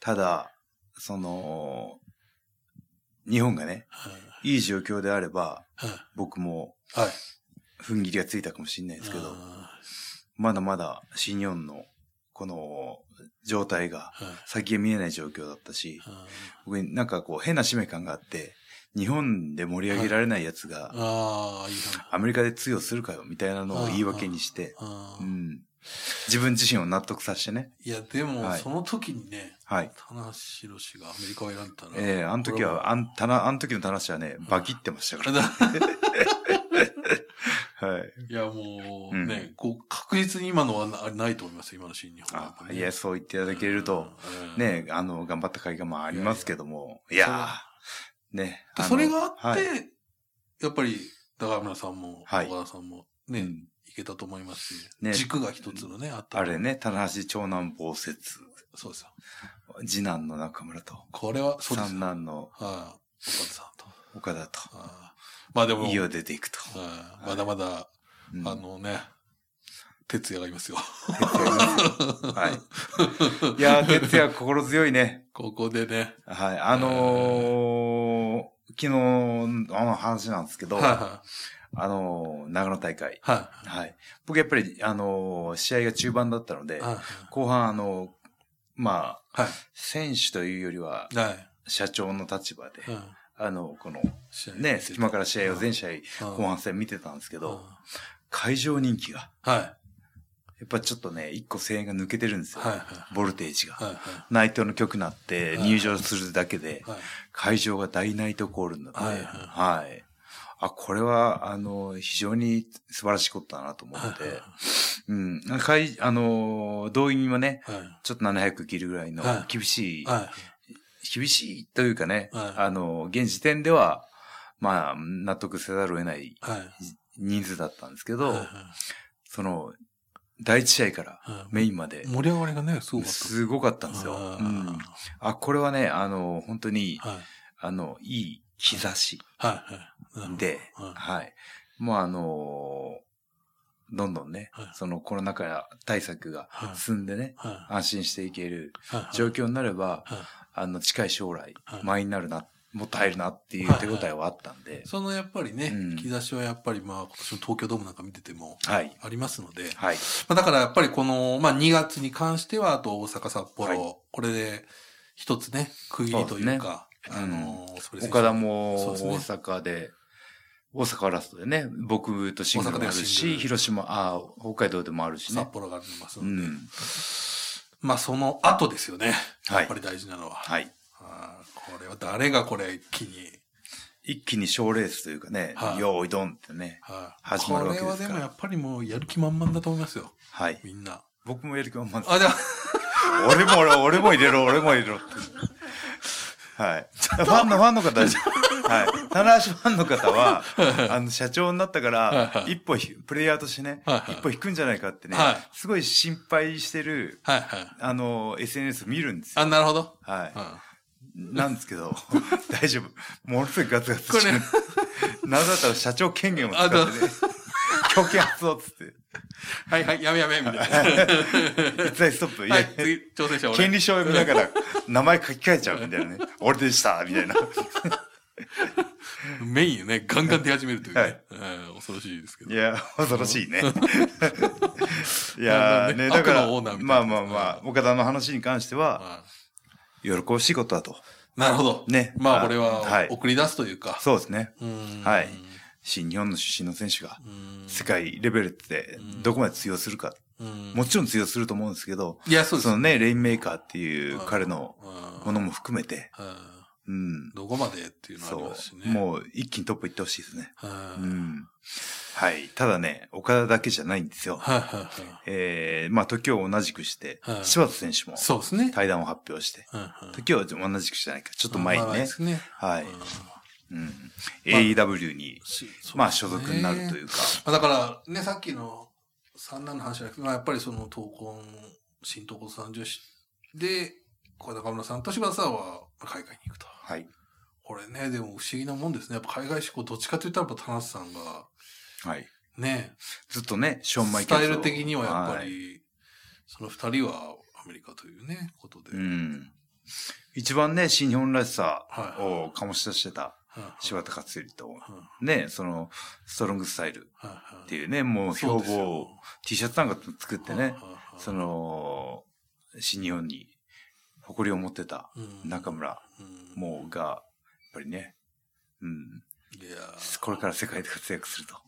Speaker 1: ただ、その、日本がね、
Speaker 2: はい
Speaker 1: いい状況であれば、
Speaker 2: はい
Speaker 1: 僕も
Speaker 2: はい。
Speaker 1: 踏ん切りがついたかもしれないですけど、
Speaker 2: あ
Speaker 1: まだまだ新日本のこの状態が
Speaker 2: ーはい
Speaker 1: 先が見えない状況だったし、
Speaker 2: あ
Speaker 1: 僕になんかこう変な使命感があって、日本で盛り上げられないやつ
Speaker 2: ー
Speaker 1: が
Speaker 2: あー、いいな。
Speaker 1: アメリカで通用するかよみたいなのを言い訳にして、
Speaker 2: あ
Speaker 1: う
Speaker 2: ー
Speaker 1: ん、自分自身を納得させてね。
Speaker 2: いや、でも、
Speaker 1: はい
Speaker 2: その時にね、
Speaker 1: はい。
Speaker 2: 棚橋宏がアメリカを選んだら。
Speaker 1: ええあの時は、あん、たな、あの時の話はね、バキってましたか
Speaker 2: これは。
Speaker 1: ら。はい。
Speaker 2: いや、もう
Speaker 1: うん
Speaker 2: ね、こう確実に今のはなないと思いますよ、今の新日本は
Speaker 1: あ、いや、そう言っていただけると、、
Speaker 2: うん、
Speaker 1: ね、あの、頑張った甲斐がまあありますけども、いやー、ね。あ
Speaker 2: で
Speaker 1: の
Speaker 2: それがあって、
Speaker 1: はい
Speaker 2: やっぱり、高村さんも、
Speaker 1: はい
Speaker 2: 小田さんも、
Speaker 1: う
Speaker 2: ね、
Speaker 1: ん
Speaker 2: いけたと思いますし、
Speaker 1: ね
Speaker 2: 軸が一つのね、あった。
Speaker 1: あれ。ね、棚橋長男暴雪、
Speaker 2: そうですよ。
Speaker 1: 次男の中村と、
Speaker 2: これは、そうです
Speaker 1: 三
Speaker 2: よ。はい、
Speaker 1: 男の
Speaker 2: 岡田さんと。
Speaker 1: 岡田と、
Speaker 2: あーまあでも、
Speaker 1: 家を出ていくと。
Speaker 2: はいまだまだ、
Speaker 1: うん
Speaker 2: あ、のね、哲也がいますよ。
Speaker 1: はい。いやー、哲也心強いね。
Speaker 2: ここでね。
Speaker 1: はい。あのー、昨日の話なんですけど、
Speaker 2: はいは
Speaker 1: あのー、長野大会。
Speaker 2: い。は
Speaker 1: はい。僕やっぱり、あのー試合が中盤だったの
Speaker 2: い。
Speaker 1: で、
Speaker 2: は
Speaker 1: 後半、あのーまあ、
Speaker 2: い。は。、
Speaker 1: 選手というよりはい
Speaker 2: はい。
Speaker 1: 社長の立場で、
Speaker 2: うん
Speaker 1: あの、この、
Speaker 2: 試合
Speaker 1: ね、隙間から試合を全試合、
Speaker 2: うん
Speaker 1: 後半戦見てたんですけ
Speaker 2: うん
Speaker 1: ど、会場人気が、
Speaker 2: はい。
Speaker 1: やっぱちょっとね、一個声援が抜けてるんですよ
Speaker 2: はい。はい。。
Speaker 1: ボルテージが。
Speaker 2: はい。
Speaker 1: ナイトの曲なって
Speaker 2: はい
Speaker 1: 入場するだけで、
Speaker 2: はい。
Speaker 1: 会場が大ナイトコールになって、
Speaker 2: は
Speaker 1: はいい、
Speaker 2: は
Speaker 1: あ、これは、あの、非常に素晴らしいことだなと思っ
Speaker 2: はい。
Speaker 1: て、うん。会、あのー動員もね、
Speaker 2: はい。
Speaker 1: ちょっと700切るぐらいの
Speaker 2: はい
Speaker 1: 厳しい、
Speaker 2: は
Speaker 1: 厳しいというかね、
Speaker 2: はい
Speaker 1: あのー現時点では、まあ、納得せざるを得ない
Speaker 2: い。はい。
Speaker 1: 人数だったんですけど、
Speaker 2: はいはい
Speaker 1: その、第一試合から
Speaker 2: はい
Speaker 1: メインまで、
Speaker 2: 盛り上がりがね、すごかった。
Speaker 1: すごかったんですよ。
Speaker 2: あ
Speaker 1: う
Speaker 2: ー
Speaker 1: ん。あ、これはね、あの、本当に、
Speaker 2: はい。
Speaker 1: あの、いい兆し
Speaker 2: はい。はいなるほど。
Speaker 1: で、
Speaker 2: はい
Speaker 1: はい。もうあのーどんどんね
Speaker 2: はい、
Speaker 1: そのコロナ禍対策が
Speaker 2: はい
Speaker 1: 進んでね、
Speaker 2: はい。
Speaker 1: 安心していける
Speaker 2: はいはい
Speaker 1: 状況になれば、
Speaker 2: はい
Speaker 1: あの、近い将来
Speaker 2: はい、
Speaker 1: 前になるな、もっと入るなってい
Speaker 2: は
Speaker 1: う
Speaker 2: い
Speaker 1: 手応えはあったんで、
Speaker 2: そのやっぱりね、
Speaker 1: うん
Speaker 2: 兆しはやっぱりまあ今年の東京ドームなんか見てても
Speaker 1: はい。
Speaker 2: ありますので、
Speaker 1: はい。
Speaker 2: まあ、だからやっぱりこの、まあ、2月に関してはあと大阪札幌、
Speaker 1: はい
Speaker 2: これで一つね区切りというか
Speaker 1: そうですね
Speaker 2: あのーそれ選手
Speaker 1: 岡田も
Speaker 2: そう
Speaker 1: 大
Speaker 2: ですね
Speaker 1: 阪で、大阪はラストでね、僕とシングルもある
Speaker 2: 大阪ではシン
Speaker 1: し、
Speaker 2: グル
Speaker 1: 広島、あー北海道でもあるし
Speaker 2: 札
Speaker 1: ね。
Speaker 2: 幌があります
Speaker 1: う
Speaker 2: ので、
Speaker 1: ん。
Speaker 2: まあその後ですよね
Speaker 1: は
Speaker 2: やっ
Speaker 1: い
Speaker 2: ぱ。り大事なのは、
Speaker 1: はい。
Speaker 2: あーこれは誰がこれ一気に、
Speaker 1: 一気に賞レースというかね、
Speaker 2: はい
Speaker 1: よーいどんってね。
Speaker 2: はい
Speaker 1: 始まるわけですから
Speaker 2: これはでもやっぱりもうやる気満々だと思いますよ
Speaker 1: はい。
Speaker 2: みんな
Speaker 1: 僕もやる気満々です。
Speaker 2: あでも
Speaker 1: 俺も俺、俺も入れろ、俺も入れろって。はい。ファンの、ファンの方は、はい。棚橋ファンの方は、あの、社長になったか
Speaker 2: はい
Speaker 1: ら、
Speaker 2: はい
Speaker 1: 一歩ひ、プレイヤーとしてね、
Speaker 2: はいはい
Speaker 1: 一歩引くんじゃないかってね
Speaker 2: はい、
Speaker 1: すごい心配してる、
Speaker 2: はいはい
Speaker 1: あの、SNS 見るんですよ。
Speaker 2: あなるほど、
Speaker 1: は
Speaker 2: うん
Speaker 1: い。なんですけど、 大丈夫。ものすごいガツガツしてる。 なんだったら社長権限を使ってね
Speaker 2: あど、
Speaker 1: 強権発動っつって。
Speaker 2: はいはいやめやめみたい な
Speaker 1: 一切ストップ。いや
Speaker 2: はい、次、挑戦者俺。
Speaker 1: 権利書を見なが ら名前書き換えちゃうみたいなね。俺でしたみたいな。
Speaker 2: メインよね、ガンガン出始めるというね。
Speaker 1: はい
Speaker 2: うん恐ろしいですけど。
Speaker 1: いや、恐ろしい ね。い
Speaker 2: な
Speaker 1: や
Speaker 2: ん
Speaker 1: ー
Speaker 2: かね
Speaker 1: ね、だか
Speaker 2: 悪のオーナー
Speaker 1: ら、
Speaker 2: みた
Speaker 1: ま
Speaker 2: い
Speaker 1: あ
Speaker 2: な
Speaker 1: まあまあ、岡田の話に関しては、
Speaker 2: は
Speaker 1: 喜ばしいことだと。
Speaker 2: いなるほど。
Speaker 1: ね
Speaker 2: まあ、
Speaker 1: あ
Speaker 2: これ
Speaker 1: は
Speaker 2: はい送り出すというか。
Speaker 1: そうですね。
Speaker 2: うん
Speaker 1: はい新日本の出身の選手が、
Speaker 2: うん
Speaker 1: 世界レベルってどこまで通用するか。
Speaker 2: うん
Speaker 1: もちろん通用すると思うんですけど、
Speaker 2: いや、そうです
Speaker 1: そ。のね、レインメーカーっていう彼の
Speaker 2: うん
Speaker 1: ものも含めて、
Speaker 2: う
Speaker 1: う
Speaker 2: ん
Speaker 1: ん。
Speaker 2: どこまでっていうのはあり
Speaker 1: そ
Speaker 2: ますしね。
Speaker 1: う。もう一気にトップ行ってほしいですね。
Speaker 2: うん。
Speaker 1: う
Speaker 2: はい
Speaker 1: ん。はい。ただね、岡田だけじゃないんですよ。
Speaker 2: はいは
Speaker 1: えー、まあ、時を同じくして
Speaker 2: は、い
Speaker 1: 柴田選手も
Speaker 2: い。そうですね。
Speaker 1: 対談を発表して、
Speaker 2: うんうん
Speaker 1: 時を同じくしてないか、ちょっと前に
Speaker 2: まあで
Speaker 1: ね、
Speaker 2: すね。
Speaker 1: はい
Speaker 2: う
Speaker 1: う
Speaker 2: ん。
Speaker 1: ん。AEW に、
Speaker 2: し
Speaker 1: まあ、所属になるというか、
Speaker 2: まあ、だから、ね、さっきの三男の話じゃなくて、まあ、やっぱりその闘魂、新闘魂三女子で、これ中村さんと柴田さんは海外に行くと。
Speaker 1: はい。
Speaker 2: これね、でも不思議なもんですね。やっぱ海外志向、どっちかといったらやっぱ田中さんが、
Speaker 1: はい。
Speaker 2: ね、
Speaker 1: ずっとね、ショーン・マイ
Speaker 2: ス
Speaker 1: ケル
Speaker 2: タ
Speaker 1: ズを
Speaker 2: イル的にはやっぱ
Speaker 1: はい
Speaker 2: り、その二人はアメリカというね、ことで。
Speaker 1: うん。一番ね、新日本らしさを醸し出してた
Speaker 2: はいはい
Speaker 1: 柴田勝頼と、
Speaker 2: はい
Speaker 1: ね、その、ストロングスタイル
Speaker 2: はいはい
Speaker 1: っていうね、もう
Speaker 2: そう
Speaker 1: 標
Speaker 2: ですよ
Speaker 1: 語を T シャツなんか作ってね
Speaker 2: はい、はいはい
Speaker 1: その、新日本に誇りを持ってた
Speaker 2: うん
Speaker 1: 中村
Speaker 2: うん
Speaker 1: もうが、やっぱりね、うん、
Speaker 2: いやー
Speaker 1: これから世界で活躍す ると。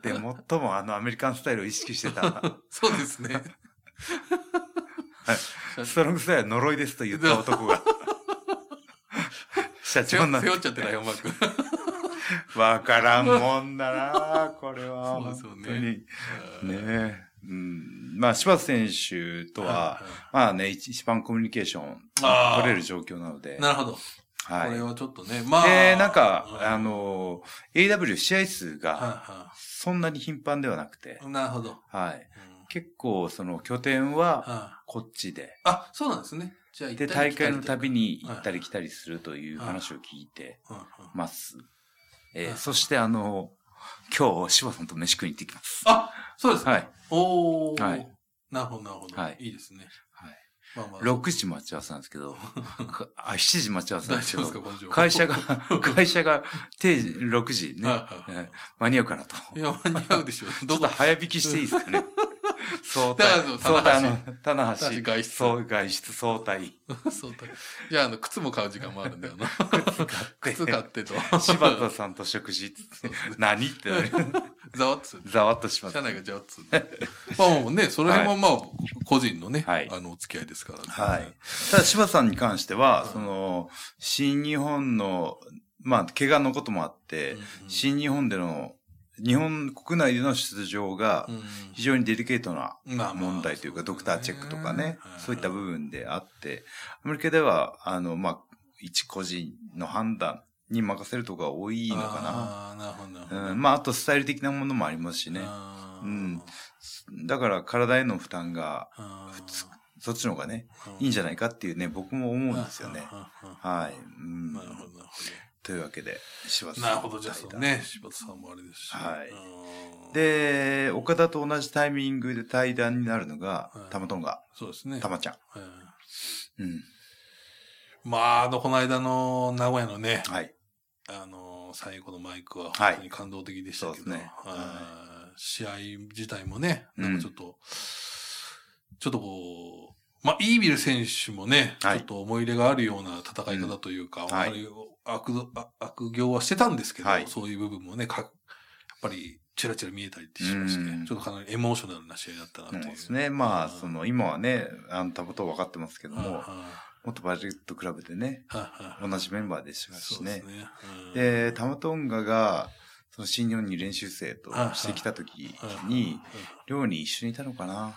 Speaker 1: で、最もあのアメリカンスタイルを意識して た、
Speaker 2: そうですね。
Speaker 1: ストロングスタイルは呪いですと言った男が、社
Speaker 2: 背
Speaker 1: 長
Speaker 2: 負
Speaker 1: にな
Speaker 2: 背負っちゃってない、うまく。
Speaker 1: わからんもんだなこれは。
Speaker 2: そうですよ
Speaker 1: 本
Speaker 2: ね
Speaker 1: 当に。 ねえ。うん。まあ、柴田選手とは、まあね、一一番コミュニケーション
Speaker 2: あー
Speaker 1: 取れる状況なので。
Speaker 2: なるほど。
Speaker 1: は
Speaker 2: こ
Speaker 1: い
Speaker 2: れ。はちょっとね、まあ。
Speaker 1: で、なんか
Speaker 2: う、ん
Speaker 1: あ、の、AW 試合数が
Speaker 2: は
Speaker 1: そんなに頻繁ではなくて
Speaker 2: いは、いなるほど。うん
Speaker 1: はい。結構、その拠点は
Speaker 2: あ
Speaker 1: こっちで、
Speaker 2: あ、そうなんですね。じゃあ行った
Speaker 1: で、大
Speaker 2: り来た
Speaker 1: 会
Speaker 2: り
Speaker 1: の
Speaker 2: とか
Speaker 1: たびに行ったり来たりするという話を聞いて
Speaker 2: うんうん
Speaker 1: ます。え
Speaker 2: は
Speaker 1: ー
Speaker 2: い
Speaker 1: そしてあの、今日、柴田さんと飯食いに行ってきます。
Speaker 2: あ、そうですね。
Speaker 1: はい。
Speaker 2: おー。
Speaker 1: はい
Speaker 2: なるほど、なるほど。
Speaker 1: はい
Speaker 2: い。いですね。
Speaker 1: はい。
Speaker 2: まあまあ。
Speaker 1: 6時待ち合わせなんですけ ど、かあ、7時待ち合わせなん
Speaker 2: 大
Speaker 1: です
Speaker 2: 丈
Speaker 1: け
Speaker 2: 夫ですか、
Speaker 1: ど、
Speaker 2: この情報
Speaker 1: 会 社が、会社が定時、6時ね、
Speaker 2: はいはい
Speaker 1: えー間に合うかなと。
Speaker 2: いや、間に合うでしょう。ど
Speaker 1: ちょっと
Speaker 2: こ
Speaker 1: 早引きしていいですか ね。相
Speaker 2: だ
Speaker 1: 対
Speaker 2: から。
Speaker 1: 相対の、棚
Speaker 2: 棚橋
Speaker 1: 橋。
Speaker 2: 外出
Speaker 1: そう、外出相対。
Speaker 2: そうだ。じゃあ、あの、靴も買う時間もあるんだ よな。靴買ってと。
Speaker 1: 柴田さんと食事っつ って、何ってなる
Speaker 2: ざわっつ。
Speaker 1: ざわっとします
Speaker 2: 社。内がざわっつ。 まあもうね、その辺はまあ、個人のね、
Speaker 1: はい
Speaker 2: あの、お付き合いですからね。
Speaker 1: はい。ただ柴田さんに関しては、その、新日本の、まあ、怪我のこともあって
Speaker 2: うんうん。、
Speaker 1: 新日本での日本国内での出場が非常にデリケートな
Speaker 2: まあまあ
Speaker 1: 問題というか、ドクターチェックとかね、そういった部。
Speaker 2: は
Speaker 1: 分であって、アメリカでは、あの、まあ、一個人の判断に任せるとか多いのか
Speaker 2: ああ、なるほどなるほ
Speaker 1: な。
Speaker 2: ど。
Speaker 1: うん、まあ、あとスタイル的なものもありますしね。
Speaker 2: あー
Speaker 1: うんだから体への負担が、
Speaker 2: あー
Speaker 1: そっちの方がね、いいんじゃないかっていうね、僕も思うんですよね。
Speaker 2: あーあーあ
Speaker 1: はい。う
Speaker 2: ー
Speaker 1: ん
Speaker 2: なるほど、なるほ
Speaker 1: というわけで、柴田
Speaker 2: ど。
Speaker 1: さん。
Speaker 2: なるほど、じゃあそう。ね、柴田さんもあれですし。
Speaker 1: はい
Speaker 2: うん、
Speaker 1: で、岡田と同じタイミングで対談になるのが
Speaker 2: は、い
Speaker 1: たまとんが、
Speaker 2: そうですね。
Speaker 1: たまちゃ
Speaker 2: うん
Speaker 1: ん。うん。
Speaker 2: まあ、あの、この間の名古屋のね、
Speaker 1: はい。
Speaker 2: あの、最後のマイク
Speaker 1: は
Speaker 2: は
Speaker 1: い
Speaker 2: 本当に感動的でしたけ
Speaker 1: そう
Speaker 2: ど、
Speaker 1: ですね
Speaker 2: はい試合自体もね、
Speaker 1: うん
Speaker 2: なんかちょっと、ちょっとこう、まあ、イービル選手もね、
Speaker 1: はい
Speaker 2: ちょっと思い入れがあるような戦い方という
Speaker 1: ん
Speaker 2: か、あまり悪どあ悪行はしてたんですけど、
Speaker 1: はい
Speaker 2: そういう部分もね、かやっぱりチラチラ見えたりしまして、
Speaker 1: うん
Speaker 2: ちょっとかなりエモーショナルな試合だったなと
Speaker 1: そ
Speaker 2: いうう。
Speaker 1: ですね。まあ、
Speaker 2: うん
Speaker 1: そ、の、今はね、あの、たまとん分かってますけど
Speaker 2: はい
Speaker 1: も、
Speaker 2: は
Speaker 1: もっとバジェット比べてね、
Speaker 2: いはい
Speaker 1: 同じメンバーでしたし
Speaker 2: そうです
Speaker 1: ね。
Speaker 2: ね。うん
Speaker 1: で、タマトンガが、その新日本に練習生としてきた時に、
Speaker 2: うん
Speaker 1: 寮に一緒にいたのかな。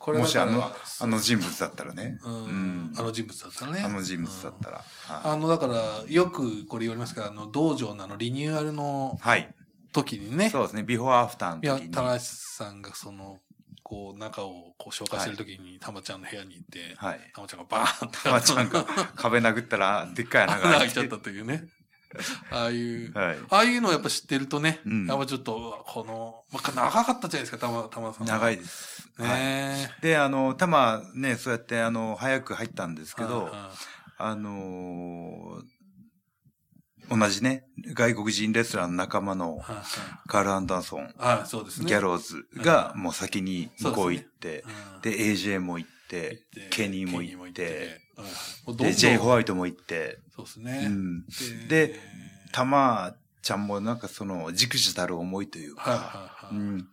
Speaker 2: こ
Speaker 1: もしあ
Speaker 2: だ
Speaker 1: の
Speaker 2: から、
Speaker 1: あの人物だったらね。
Speaker 2: うん
Speaker 1: うん
Speaker 2: あの人物だったね。
Speaker 1: あの人物だったら。
Speaker 2: うん。
Speaker 1: は
Speaker 2: あの、だから、よくこれ言われますけど、あの、道場のあの、リニューアルの
Speaker 1: いはい。
Speaker 2: 時にね、
Speaker 1: そうですね。ビフォーアフターの
Speaker 2: いや、
Speaker 1: 時に。
Speaker 2: 田中さんがその、こう、中をこう紹介してる時に、たまちゃんの部屋に行って、
Speaker 1: はい。
Speaker 2: たまちゃんがバーンって、
Speaker 1: たまちゃんが壁殴ったら、でっかい穴
Speaker 2: 穴
Speaker 1: が開
Speaker 2: が開
Speaker 1: い
Speaker 2: いちゃ
Speaker 1: て
Speaker 2: っ。たというね。ああいう、
Speaker 1: はい。
Speaker 2: ああいうのをやっぱ知ってるとね、
Speaker 1: うん
Speaker 2: やっぱちょっと、この、まあ、長かったじゃないですか、たま、たまさん。
Speaker 1: 長
Speaker 2: い。
Speaker 1: いです。
Speaker 2: ね
Speaker 1: はい。で、あの、たまね、そうやって、あの、早く入ったんですけど、あのー同じね、外国人レスラーの仲間の
Speaker 2: あ
Speaker 1: カール・アンダーソン、
Speaker 2: あ、そうですね。
Speaker 1: ギャローズがもう先に向こう行って、
Speaker 2: うん
Speaker 1: で AJ も行って、ケニーも行って、
Speaker 2: うん
Speaker 1: で、J ・ホ
Speaker 2: イ
Speaker 1: ワイトも行って、
Speaker 2: ト。そうです
Speaker 1: う
Speaker 2: ね。
Speaker 1: ん。で、たまちゃんもなんかその、じくじたる思いという
Speaker 2: はいは
Speaker 1: か、う
Speaker 2: いはい。
Speaker 1: ん、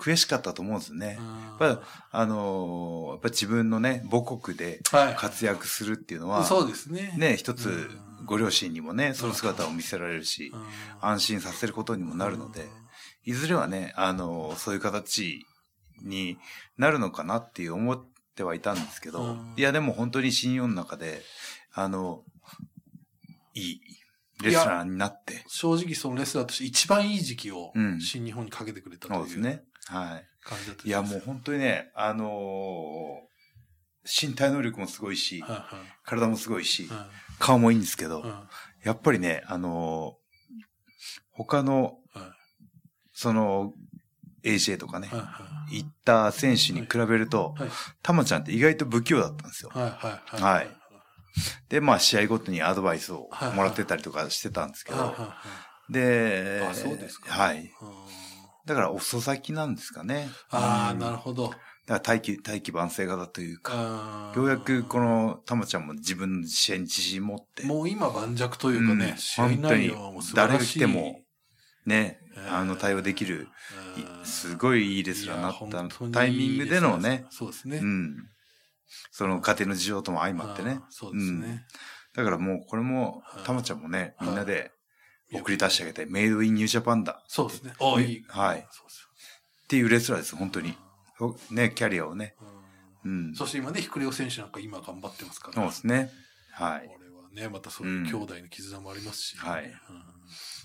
Speaker 1: 悔しかったと思うんですね。
Speaker 2: や
Speaker 1: やっあのーやっぱ自分のね、母国で
Speaker 2: はい
Speaker 1: 活躍するっていうのは、
Speaker 2: そうですね。
Speaker 1: ね、一つ
Speaker 2: うん
Speaker 1: ご両親にもね、その姿を見せられるし
Speaker 2: う、ん、
Speaker 1: 安心させることにもなるので、いずれはね、あの、そういう形になるのかなっていう思ってはいたんですけ
Speaker 2: う
Speaker 1: ど
Speaker 2: ん、
Speaker 1: いやでも本当に新日本の中で、あの、いいレスラーになって、
Speaker 2: 正直そのレスラーとして一番いい時期を
Speaker 1: うん
Speaker 2: 新日本にかけてくれたと
Speaker 1: そうで
Speaker 2: い
Speaker 1: す
Speaker 2: う
Speaker 1: ね。は
Speaker 2: 感じだった
Speaker 1: い。いやもう本当にね、あのー身体能力もすごいし
Speaker 2: う、はいは
Speaker 1: 体もすごいし
Speaker 2: い、
Speaker 1: 顔もいいんですけ
Speaker 2: うんう
Speaker 1: ど、
Speaker 2: ん
Speaker 1: やっぱりね、あのー他の
Speaker 2: はい
Speaker 1: その、AJ とかね、
Speaker 2: はい
Speaker 1: 行った選手に比べると、
Speaker 2: はい
Speaker 1: たまちゃんって意外と不器用だったんですよ。
Speaker 2: はいはい
Speaker 1: はいで、まあ試合ごとにアドバイスをもらってたりとかしてたんですけ
Speaker 2: はいはい
Speaker 1: ど、
Speaker 2: は
Speaker 1: で、
Speaker 2: あそうですか
Speaker 1: はい。
Speaker 2: いうん
Speaker 1: だから遅咲きなんですかね。
Speaker 2: ああ、なる
Speaker 1: る
Speaker 2: ほ
Speaker 1: だ
Speaker 2: ど。
Speaker 1: から大器、大器晩成型というか、
Speaker 2: あー
Speaker 1: ようやくこのたまちゃんも自分の試合に自信持って、
Speaker 2: もう今盤石というか
Speaker 1: う
Speaker 2: ね
Speaker 1: ん、
Speaker 2: 試合内容はもう素晴
Speaker 1: 本当
Speaker 2: らしい。
Speaker 1: に誰が来てもね、
Speaker 2: うん
Speaker 1: あの対応できる、い
Speaker 2: うん
Speaker 1: すごいいいレスラーに
Speaker 2: いや
Speaker 1: なっ
Speaker 2: 本当
Speaker 1: た
Speaker 2: に
Speaker 1: タイミングでのね、
Speaker 2: そうですね
Speaker 1: う。ん。その家庭の事情とも相まってね
Speaker 2: あ。そうですね。
Speaker 1: だからもうこれも
Speaker 2: は、い
Speaker 1: たまちゃんもね、
Speaker 2: はい
Speaker 1: みんなで送り出してあげて、メイドインニュージャパンだっ
Speaker 2: そうですね。ああ、いい。
Speaker 1: はい
Speaker 2: そうですよ。
Speaker 1: ていうレスラーです、本当に。おね、キャリアをね。
Speaker 2: う
Speaker 1: うん
Speaker 2: ん。。そして今ね、ひくりお選手なんか今頑張ってますから
Speaker 1: そう
Speaker 2: ね。
Speaker 1: ですね。はい。
Speaker 2: これはね、またそういう兄弟の絆もありますし。
Speaker 1: はい
Speaker 2: うん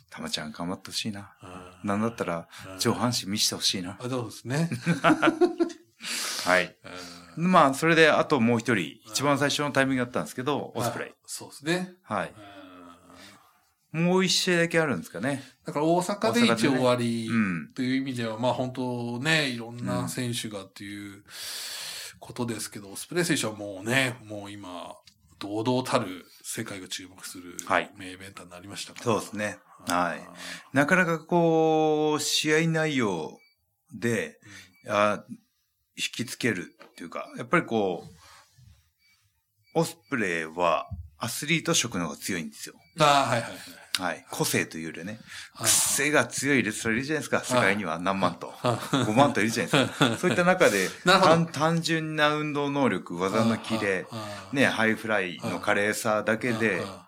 Speaker 1: たまちゃん頑張ってほしいな。
Speaker 2: あー
Speaker 1: なんだったら、上半身見せてほしいな。
Speaker 2: あ、そうですね。
Speaker 1: はい。
Speaker 2: うん
Speaker 1: まあ、それで、あともう一人、一番最初のタイミングだったんですけど、 オスプレイ
Speaker 2: あ。そうですね。
Speaker 1: はい。
Speaker 2: うん
Speaker 1: もう一試合だけあるんですかね。
Speaker 2: だから大阪で一応終わり
Speaker 1: うん。
Speaker 2: という意味では、まあ本当ね、いろんな選手がっていうことですけど、オスプレイ選手はもうね、もう今、堂々たる世界が注目する
Speaker 1: はい
Speaker 2: 名イベンターになりましたから、
Speaker 1: そうですね。はい。
Speaker 2: い。
Speaker 1: なかなかこう、試合内容で、あ引きつけるっていうか、やっぱりこう、オスプレイはアスリート色の方が強いんですよ。
Speaker 2: ああ、はいはいは
Speaker 1: は
Speaker 2: い。
Speaker 1: い。個性というよりはね、
Speaker 2: はい
Speaker 1: 癖が強いレストランいるじゃないですか。世界には何万と。5万といるじゃないです か。そういった中で、
Speaker 2: なるほど
Speaker 1: 単単純な運動能力、技のキレ、
Speaker 2: あー、
Speaker 1: ね、ハイフライの華麗さだけで
Speaker 2: あ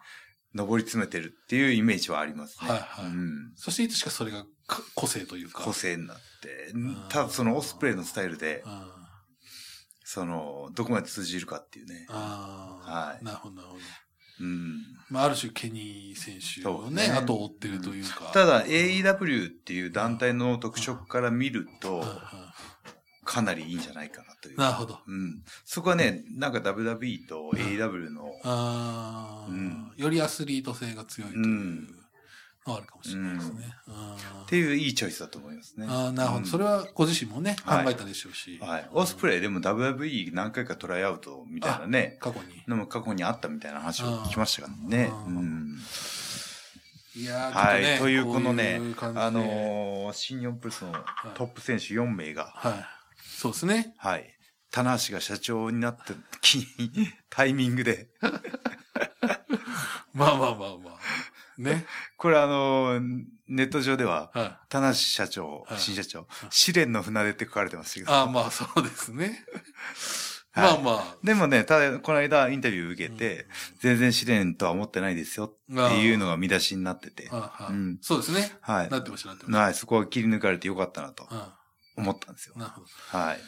Speaker 2: ー
Speaker 1: 上り詰めてるっていうイメージはありますね。
Speaker 2: はいはい
Speaker 1: うん
Speaker 2: そしていつしかそれがか個性というか。
Speaker 1: 個性になって
Speaker 2: ん、
Speaker 1: ただそのオスプレイのスタイルで
Speaker 2: う、ん。あ
Speaker 1: その、どこまで通じるかっていうね。
Speaker 2: あ、
Speaker 1: はい
Speaker 2: なるほど、なるほど。
Speaker 1: うん。
Speaker 2: まあ、ある種、ケニー選手をね、
Speaker 1: そうね
Speaker 2: 後を追ってるというか。
Speaker 1: ただ AEW っていう団体の特色から見る
Speaker 2: うん
Speaker 1: と
Speaker 2: う、ん
Speaker 1: かなりいいんじゃないかなという。
Speaker 2: なるほど。
Speaker 1: うん。そこはね、なんか WWE と AEW の、
Speaker 2: ああ、
Speaker 1: うん
Speaker 2: よりアスリート性が強いというのはあるかもしれないですね。あー
Speaker 1: っていういいチョイスだと思いますね。
Speaker 2: あーなるほど、
Speaker 1: うん
Speaker 2: それはご自身もね、
Speaker 1: はい
Speaker 2: 考えたでしょうし。
Speaker 1: はい。オスプレイでも WWE 何回かトライアウトみたいなね、
Speaker 2: 過去に。
Speaker 1: のも過去にあったみたいな話を聞きましたからね。
Speaker 2: あー
Speaker 1: うん。
Speaker 2: いやーちょっ
Speaker 1: は
Speaker 2: ね
Speaker 1: い。というこのね
Speaker 2: こういう、感じで
Speaker 1: あのー、新日本プロレスのトップ選手4名が、
Speaker 2: はい。そうですね。
Speaker 1: はい。棚橋が社長になった時に、タイミングで、
Speaker 2: まあまあまあまあ。ね。
Speaker 1: これあのー、ネット上では、
Speaker 2: はい。あ
Speaker 1: 田無社長
Speaker 2: は、い
Speaker 1: 新社長、試練の船出って書かれてましたけど。
Speaker 2: あー、まあそうですね。
Speaker 1: はい
Speaker 2: まあま
Speaker 1: でもね、ただ、この間インタビュー受けて、全然試練とは思ってないですよっていうのが見出しになってて
Speaker 2: あ。、はいはい
Speaker 1: うん
Speaker 2: そうですね。
Speaker 1: はい
Speaker 2: な。ってました、なってまし
Speaker 1: はい、そこは切り抜かれてよかったなと
Speaker 2: た。うん。
Speaker 1: 思ったんですよ。
Speaker 2: なるほど。
Speaker 1: はい。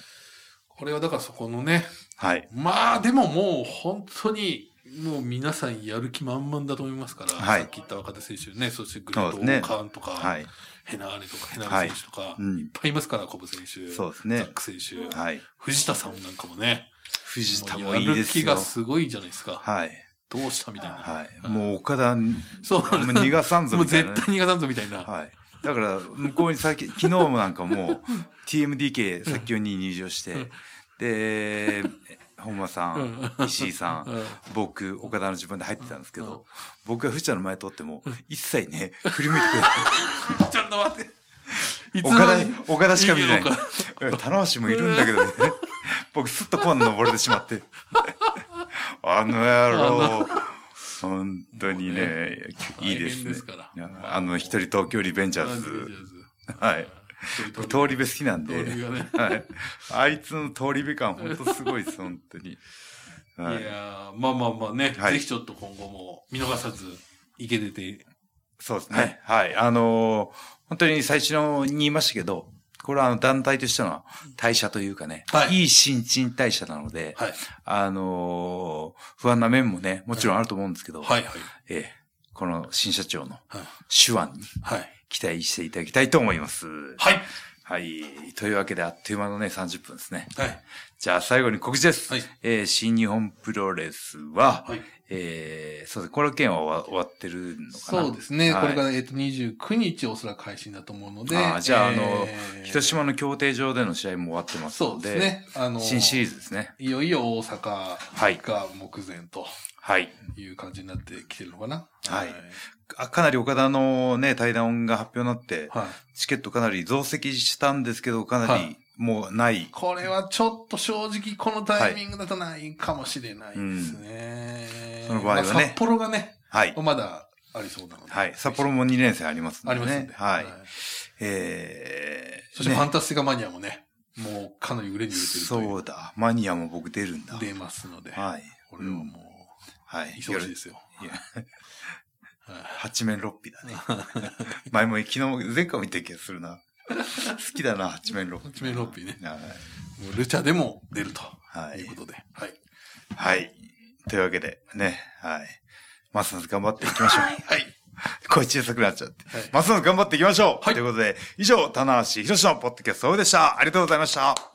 Speaker 2: これはだからそこのね、
Speaker 1: はい。
Speaker 2: まあでももう本当にもう皆さんやる気満々だと思いますから、
Speaker 1: はい
Speaker 2: さっき言った若手選手ね、そしてグレ
Speaker 1: そうで
Speaker 2: ート・
Speaker 1: すね
Speaker 2: カーンとか、
Speaker 1: はい。
Speaker 2: ヘナーレとかヘナ
Speaker 1: は
Speaker 2: ー
Speaker 1: い
Speaker 2: レ選手とか、
Speaker 1: う
Speaker 2: いっ
Speaker 1: ん。
Speaker 2: ぱいいますから、コブ選手、
Speaker 1: そうです
Speaker 2: ザ
Speaker 1: ね
Speaker 2: ッ。ク選手、
Speaker 1: はい。
Speaker 2: 藤田さんなんかもね、
Speaker 1: 藤田も
Speaker 2: や
Speaker 1: いい
Speaker 2: る
Speaker 1: です
Speaker 2: 気
Speaker 1: よ
Speaker 2: が。すごいじゃないですか。
Speaker 1: はい。
Speaker 2: どうしたみたいな。
Speaker 1: はい。もう岡田、も
Speaker 2: そう
Speaker 1: う逃がさんぞ
Speaker 2: もう
Speaker 1: みたい
Speaker 2: 絶
Speaker 1: なね。
Speaker 2: 対逃がさんぞみたいな。
Speaker 1: はい。だから、向こうにさっき、昨日もなんかもう、TMDK 先4人入場して、で、本間さん、石井さん、
Speaker 2: うん
Speaker 1: 僕、岡田の自分で入ってたんですけ
Speaker 2: うん
Speaker 1: ど、僕が藤田の前通っても、一切ね、振り向いてくれない。
Speaker 2: ちょっと待って。いつの
Speaker 1: 岡
Speaker 2: 間に
Speaker 1: 田、岡田しか見ない
Speaker 2: いいよ。
Speaker 1: 棚橋もいるんだけど ね。僕、すっと今度登れてしまって。あの野郎。本当にね、いいですね
Speaker 2: 大変ですから。
Speaker 1: あの、一人東京リベンジャー
Speaker 2: あ
Speaker 1: ズ。
Speaker 2: ジャズ
Speaker 1: はい。通り部好きなん
Speaker 2: 通
Speaker 1: で。
Speaker 2: りがね。
Speaker 1: はい。あいつの通り部感、本当すごいです、本当に。はいい。
Speaker 2: やーまあまあまあね、
Speaker 1: はい
Speaker 2: ぜひちょっと今後も見逃さず、いけてて、
Speaker 1: そうですね。はい。あのー本当に最初に言いましたけど、これはあの団体としての代謝というかね、
Speaker 2: はい
Speaker 1: い、い新陳代謝なので、
Speaker 2: はい、
Speaker 1: あのー不安な面もね、もちろんあると思うんですけど、
Speaker 2: はい、はい、
Speaker 1: ええこの新社長の
Speaker 2: はい、
Speaker 1: 手腕に
Speaker 2: はい、
Speaker 1: 期待していただきたいと思います。
Speaker 2: はい、
Speaker 1: はい。というわけで、あっという間のね、30分ですね。
Speaker 2: はい、
Speaker 1: じゃあ最後に告知です。
Speaker 2: はい
Speaker 1: えー新日本プロレスは、
Speaker 2: はい
Speaker 1: えーそうですね、この件は終わ終わってるのかな
Speaker 2: そうですね、
Speaker 1: はい
Speaker 2: これが、えっと、29日おそらく配信だと思うので、
Speaker 1: あーじゃああの
Speaker 2: えー
Speaker 1: 広島の協定上での試合も終わってます
Speaker 2: そ
Speaker 1: の
Speaker 2: う
Speaker 1: で、
Speaker 2: ですね、あの
Speaker 1: 新シリーズですね。
Speaker 2: いよいよ大阪が目前と
Speaker 1: はい。
Speaker 2: いう感じになってきてるのかな。
Speaker 1: はいあかなり岡田のね、対談が発表になって、
Speaker 2: はい
Speaker 1: チケットかなり増席したんですけど、かな
Speaker 2: は
Speaker 1: りもうない。
Speaker 2: これはちょっと正直このタイミングだとないかもしれないですね。
Speaker 1: んその場合はね
Speaker 2: まあ札幌がね、
Speaker 1: はい。
Speaker 2: まだありそうなので。
Speaker 1: はい。札幌も2連戦あります
Speaker 2: あ
Speaker 1: の
Speaker 2: り
Speaker 1: で、
Speaker 2: ますん
Speaker 1: ね
Speaker 2: で。。
Speaker 1: はい。えー、
Speaker 2: そしてファ
Speaker 1: ね
Speaker 2: ンタスティカマニアもね、もうかなり売れに売れてるとい
Speaker 1: そううだ。マニアも僕出るんだ。
Speaker 2: 出ますので、
Speaker 1: はい。
Speaker 2: これはも
Speaker 1: は
Speaker 2: う
Speaker 1: い。
Speaker 2: 忙しいですよ。
Speaker 1: いや
Speaker 2: はい
Speaker 1: 八面六臂だ ね。前も昨日、前回も言った気がするな。好きだな、八面六臂。
Speaker 2: 八面六臂ね
Speaker 1: はい。
Speaker 2: もうルチャでも出ると
Speaker 1: はいいう
Speaker 2: ことで。はい。
Speaker 1: はい。というわけで、ね、はい。ますます頑張っていきましょう。
Speaker 2: はい。
Speaker 1: 声小さくなっちゃって。
Speaker 2: はい
Speaker 1: ますます頑張っていきましょう、
Speaker 2: はい
Speaker 1: ということで、以上、棚橋博士のポッドキャストオフでした。ありがとうございました。